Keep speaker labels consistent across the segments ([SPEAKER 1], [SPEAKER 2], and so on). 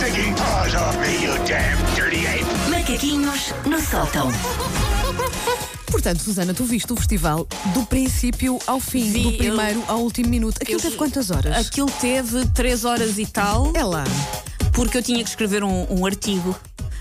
[SPEAKER 1] taking paws off me, you damn dirty ape!
[SPEAKER 2] Macaquinhos no sótão.
[SPEAKER 3] Portanto, Susana, tu viste o festival do princípio ao fim,
[SPEAKER 4] Vi,
[SPEAKER 3] do primeiro ao último minuto. Aquilo
[SPEAKER 4] Eu
[SPEAKER 3] teve
[SPEAKER 4] vi-
[SPEAKER 3] quantas horas?
[SPEAKER 4] Aquilo teve três horas e tal,
[SPEAKER 3] É lá.
[SPEAKER 4] porque eu tinha que escrever um, um artigo.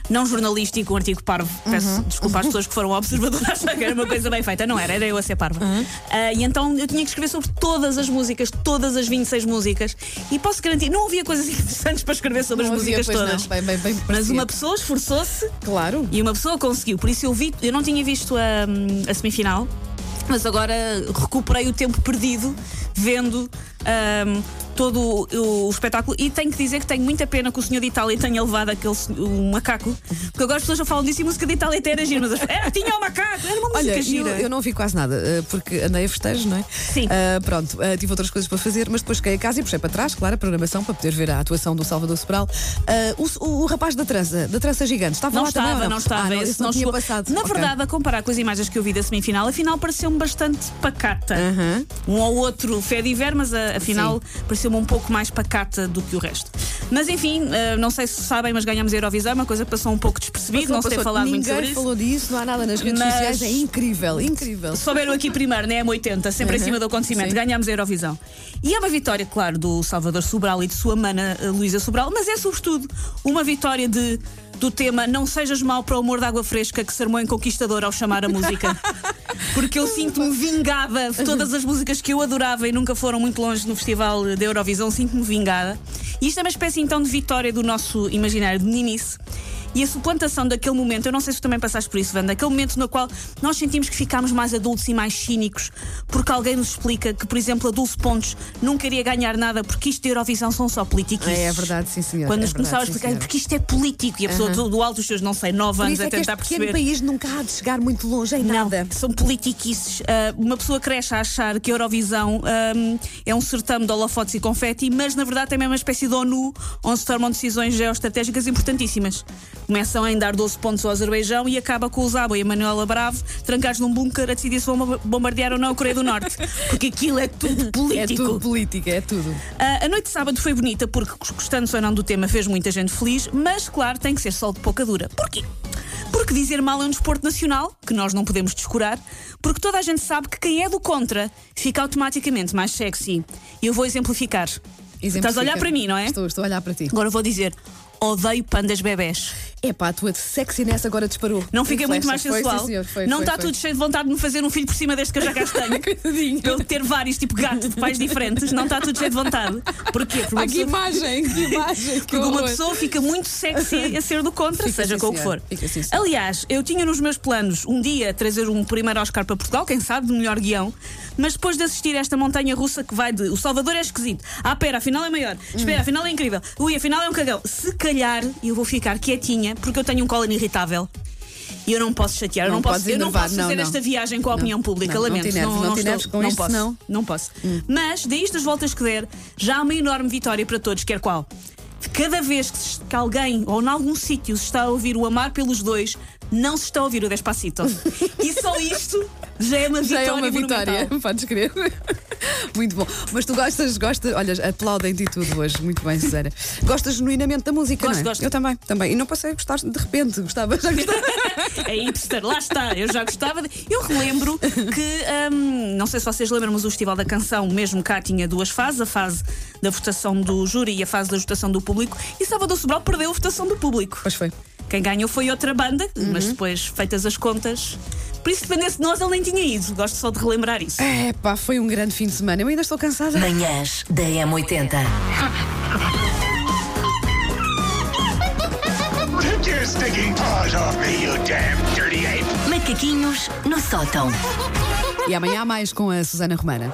[SPEAKER 4] Não jornalístico, um artigo parvo.
[SPEAKER 3] Uhum.
[SPEAKER 4] Peço desculpa às pessoas que foram observadoras, que era uma coisa bem feita. Não era, era eu a ser parva.
[SPEAKER 3] Uhum.
[SPEAKER 4] Ah, e então eu tinha que escrever sobre todas as músicas, todas as 26 músicas. E posso garantir, não havia coisas interessantes para escrever sobre
[SPEAKER 3] Não
[SPEAKER 4] as
[SPEAKER 3] havia,
[SPEAKER 4] músicas
[SPEAKER 3] pois não.
[SPEAKER 4] todas.
[SPEAKER 3] Bem, bem, bem
[SPEAKER 4] Mas
[SPEAKER 3] parecia.
[SPEAKER 4] uma pessoa esforçou-se
[SPEAKER 3] Claro.
[SPEAKER 4] e uma pessoa conseguiu. Por isso eu vi, eu não tinha visto a, hum, a semifinal, mas agora recuperei o tempo perdido vendo hum, todo o, o espetáculo. E tenho que dizer que tenho muita pena que o senhor de Itália tenha levado aquele sen- o macaco, porque agora as pessoas já falam disso e a música de Itália é até era gira, mas as- era, tinha o macaco, era uma música
[SPEAKER 3] Olha, eu,
[SPEAKER 4] gira.
[SPEAKER 3] eu não vi quase nada, eh, porque andei a festejos, não é?
[SPEAKER 4] Sim.
[SPEAKER 3] Ah, pronto, ah, tive outras coisas para fazer, mas depois cheguei a casa e puxei para trás, claro, a programação para poder ver a atuação do Salvador Sobral. Ah, o, o- o rapaz da trança, da trança gigante, estava
[SPEAKER 4] Não
[SPEAKER 3] lá também,
[SPEAKER 4] estava,
[SPEAKER 3] ou
[SPEAKER 4] não? estava.
[SPEAKER 3] Ah, não,
[SPEAKER 4] esse
[SPEAKER 3] esse não,
[SPEAKER 4] não
[SPEAKER 3] tinha
[SPEAKER 4] chegou.
[SPEAKER 3] passado.
[SPEAKER 4] Na
[SPEAKER 3] Ok.
[SPEAKER 4] verdade, a comparar com as imagens que eu vi da semifinal, afinal pareceu-me bastante pacata. Um ou outro fé de ver, mas a- afinal pareceu-me um pouco mais pacata do que o resto. Mas enfim, eh, não sei se sabem, mas ganhamos a Eurovisão, uma coisa que passou um pouco despercebida,
[SPEAKER 3] Passou,
[SPEAKER 4] não se tem
[SPEAKER 3] passou.
[SPEAKER 4] falado
[SPEAKER 3] Ninguém
[SPEAKER 4] muito sobre isso.
[SPEAKER 3] falou disso, não há nada nas redes
[SPEAKER 4] Mas-
[SPEAKER 3] sociais, é incrível, incrível.
[SPEAKER 4] Souberam aqui primeiro, né? M80, sempre
[SPEAKER 3] Uhum.
[SPEAKER 4] em cima do acontecimento.
[SPEAKER 3] Sim.
[SPEAKER 4] Ganhámos a Eurovisão. E é uma vitória, claro, do Salvador Sobral e de sua mana eh, Luísa Sobral, mas é sobretudo uma vitória de, do tema Não Sejas Mal para o Amor da Água Fresca que se armou em Conquistador ao chamar a música. Porque eu sinto-me vingada de todas as músicas que eu adorava e nunca foram muito longe no Festival da Eurovisão, sinto-me vingada. E isto é uma espécie então de vitória do nosso imaginário de meninice. E a suplantação daquele momento, eu não sei se tu também passaste por isso, Wanda, aquele momento no qual nós sentimos que ficámos mais adultos e mais cínicos, porque alguém nos explica que, por exemplo, a Dulce Pontes nunca iria ganhar nada porque isto de Eurovisão são só políticos.
[SPEAKER 3] É, é verdade, sim, senhora.
[SPEAKER 4] Quando
[SPEAKER 3] É
[SPEAKER 4] nos
[SPEAKER 3] verdade,
[SPEAKER 4] começava a
[SPEAKER 3] sim,
[SPEAKER 4] explicar
[SPEAKER 3] senhora.
[SPEAKER 4] porque isto é político e a pessoa do, do alto dos seus, não sei, 9
[SPEAKER 3] Por
[SPEAKER 4] anos
[SPEAKER 3] isso
[SPEAKER 4] a
[SPEAKER 3] é que
[SPEAKER 4] tentar
[SPEAKER 3] este pequeno
[SPEAKER 4] perceber.
[SPEAKER 3] país nunca há de chegar muito longe em nada.
[SPEAKER 4] Não, são politiquices. Ah, uma pessoa cresce a achar que a Eurovisão ahm, é um certame de holofotes e confeti, mas na verdade também é uma espécie de ONU onde se tomam decisões geoestratégicas importantíssimas. Começam em dar 12 pontos ao Azerbaijão e acaba com o Zabo e a Manuela Bravo trancados num bunker a decidir se vão bomba- bombardear ou não a Coreia do Norte. Porque aquilo é tudo
[SPEAKER 3] É
[SPEAKER 4] político.
[SPEAKER 3] tudo política, é tudo.
[SPEAKER 4] Ah, a noite de sábado foi bonita porque, gostando ou não do tema, fez muita gente feliz, mas claro, tem que ser sol de pouca dura. Porquê? Porque dizer mal é um desporto nacional, que nós não podemos descurar, porque toda a gente sabe que quem é do contra fica automaticamente mais sexy. E eu vou exemplificar. Estás a olhar
[SPEAKER 3] Exemplifica.
[SPEAKER 4] para mim, não é?
[SPEAKER 3] Estou, estou a olhar para ti.
[SPEAKER 4] Agora vou dizer: odeio pandas bebés.
[SPEAKER 3] Epá, a tua sexiness agora disparou.
[SPEAKER 4] Não fiquei
[SPEAKER 3] Em
[SPEAKER 4] muito mais
[SPEAKER 3] flecha. Foi,
[SPEAKER 4] sensual.
[SPEAKER 3] sim, senhor, foi,
[SPEAKER 4] não
[SPEAKER 3] foi,
[SPEAKER 4] está
[SPEAKER 3] foi.
[SPEAKER 4] tudo cheio de vontade de me fazer um filho por cima deste que eu já cá tenho.
[SPEAKER 3] Coitadinho.
[SPEAKER 4] Pelo ter vários, tipo gato, de pais diferentes, não está tudo cheio de vontade. Porquê? Porque uma
[SPEAKER 3] Ai, que
[SPEAKER 4] pessoa-
[SPEAKER 3] imagem, que imagem. que
[SPEAKER 4] Porque uma
[SPEAKER 3] horror.
[SPEAKER 4] pessoa fica muito sexy a ser do contra,
[SPEAKER 3] Fica,
[SPEAKER 4] seja
[SPEAKER 3] sim,
[SPEAKER 4] com o que
[SPEAKER 3] senhora.
[SPEAKER 4] for.
[SPEAKER 3] Fica, sim, senhora.
[SPEAKER 4] Aliás, eu tinha nos meus planos um dia trazer um primeiro Oscar para Portugal, quem sabe, de melhor guião, mas depois de assistir a esta montanha russa que vai de O Salvador é esquisito, ah, pera, afinal é maior, espera,
[SPEAKER 3] Hum.
[SPEAKER 4] afinal é incrível, ui, afinal é um cagão. Se calhar eu vou ficar quietinha porque eu tenho um colo irritável. E eu não posso chatear, eu
[SPEAKER 3] Não
[SPEAKER 4] não posso,
[SPEAKER 3] podes
[SPEAKER 4] eu não
[SPEAKER 3] enervar,
[SPEAKER 4] posso
[SPEAKER 3] não,
[SPEAKER 4] fazer
[SPEAKER 3] não.
[SPEAKER 4] esta viagem com a
[SPEAKER 3] Não,
[SPEAKER 4] opinião pública,
[SPEAKER 3] não, não te
[SPEAKER 4] lamento.
[SPEAKER 3] enerves, não te
[SPEAKER 4] estou-
[SPEAKER 3] enerves com
[SPEAKER 4] não
[SPEAKER 3] isto,
[SPEAKER 4] posso.
[SPEAKER 3] senão-
[SPEAKER 4] Não posso.
[SPEAKER 3] Hum.
[SPEAKER 4] Mas, daí estas voltas que der, já há uma enorme vitória para todos, quer qual. De Cada vez que, se- que alguém ou em algum sítio se está a ouvir o Amar pelos Dois, não se está a ouvir o Despacito. e só isto já é uma
[SPEAKER 3] Já
[SPEAKER 4] vitória.
[SPEAKER 3] é uma vitória,
[SPEAKER 4] monumental.
[SPEAKER 3] podes crer. Muito bom. Mas tu gostas, gostas, olha, aplaudem-te e tudo hoje. Muito bem, Susana. Gostas genuinamente da música,
[SPEAKER 4] Gosto,
[SPEAKER 3] não é?
[SPEAKER 4] gosto.
[SPEAKER 3] Eu também, também. E não passei a gostar de repente, gostava, já gostava.
[SPEAKER 4] É hipster, lá está, eu já gostava. De... Eu relembro que, hum, não sei se vocês lembram, mas o Festival da Canção, mesmo cá, tinha duas fases: a fase da votação do júri e a fase da votação do público. E Salvador Sobral perdeu a votação do público.
[SPEAKER 3] Pois foi.
[SPEAKER 4] Quem ganhou foi outra banda, mas depois, feitas as contas. Por isso, se dependesse de nós, ele nem tinha ido. Gosto só de relembrar isso.
[SPEAKER 3] É pá, foi um grande fim de semana. Eu ainda estou cansada.
[SPEAKER 2] Manhãs da M80.
[SPEAKER 1] Take your stinking paws off me, you damn dirty ape!
[SPEAKER 2] Macaquinhos no sótão.
[SPEAKER 3] E amanhã há mais com a Susana Romana.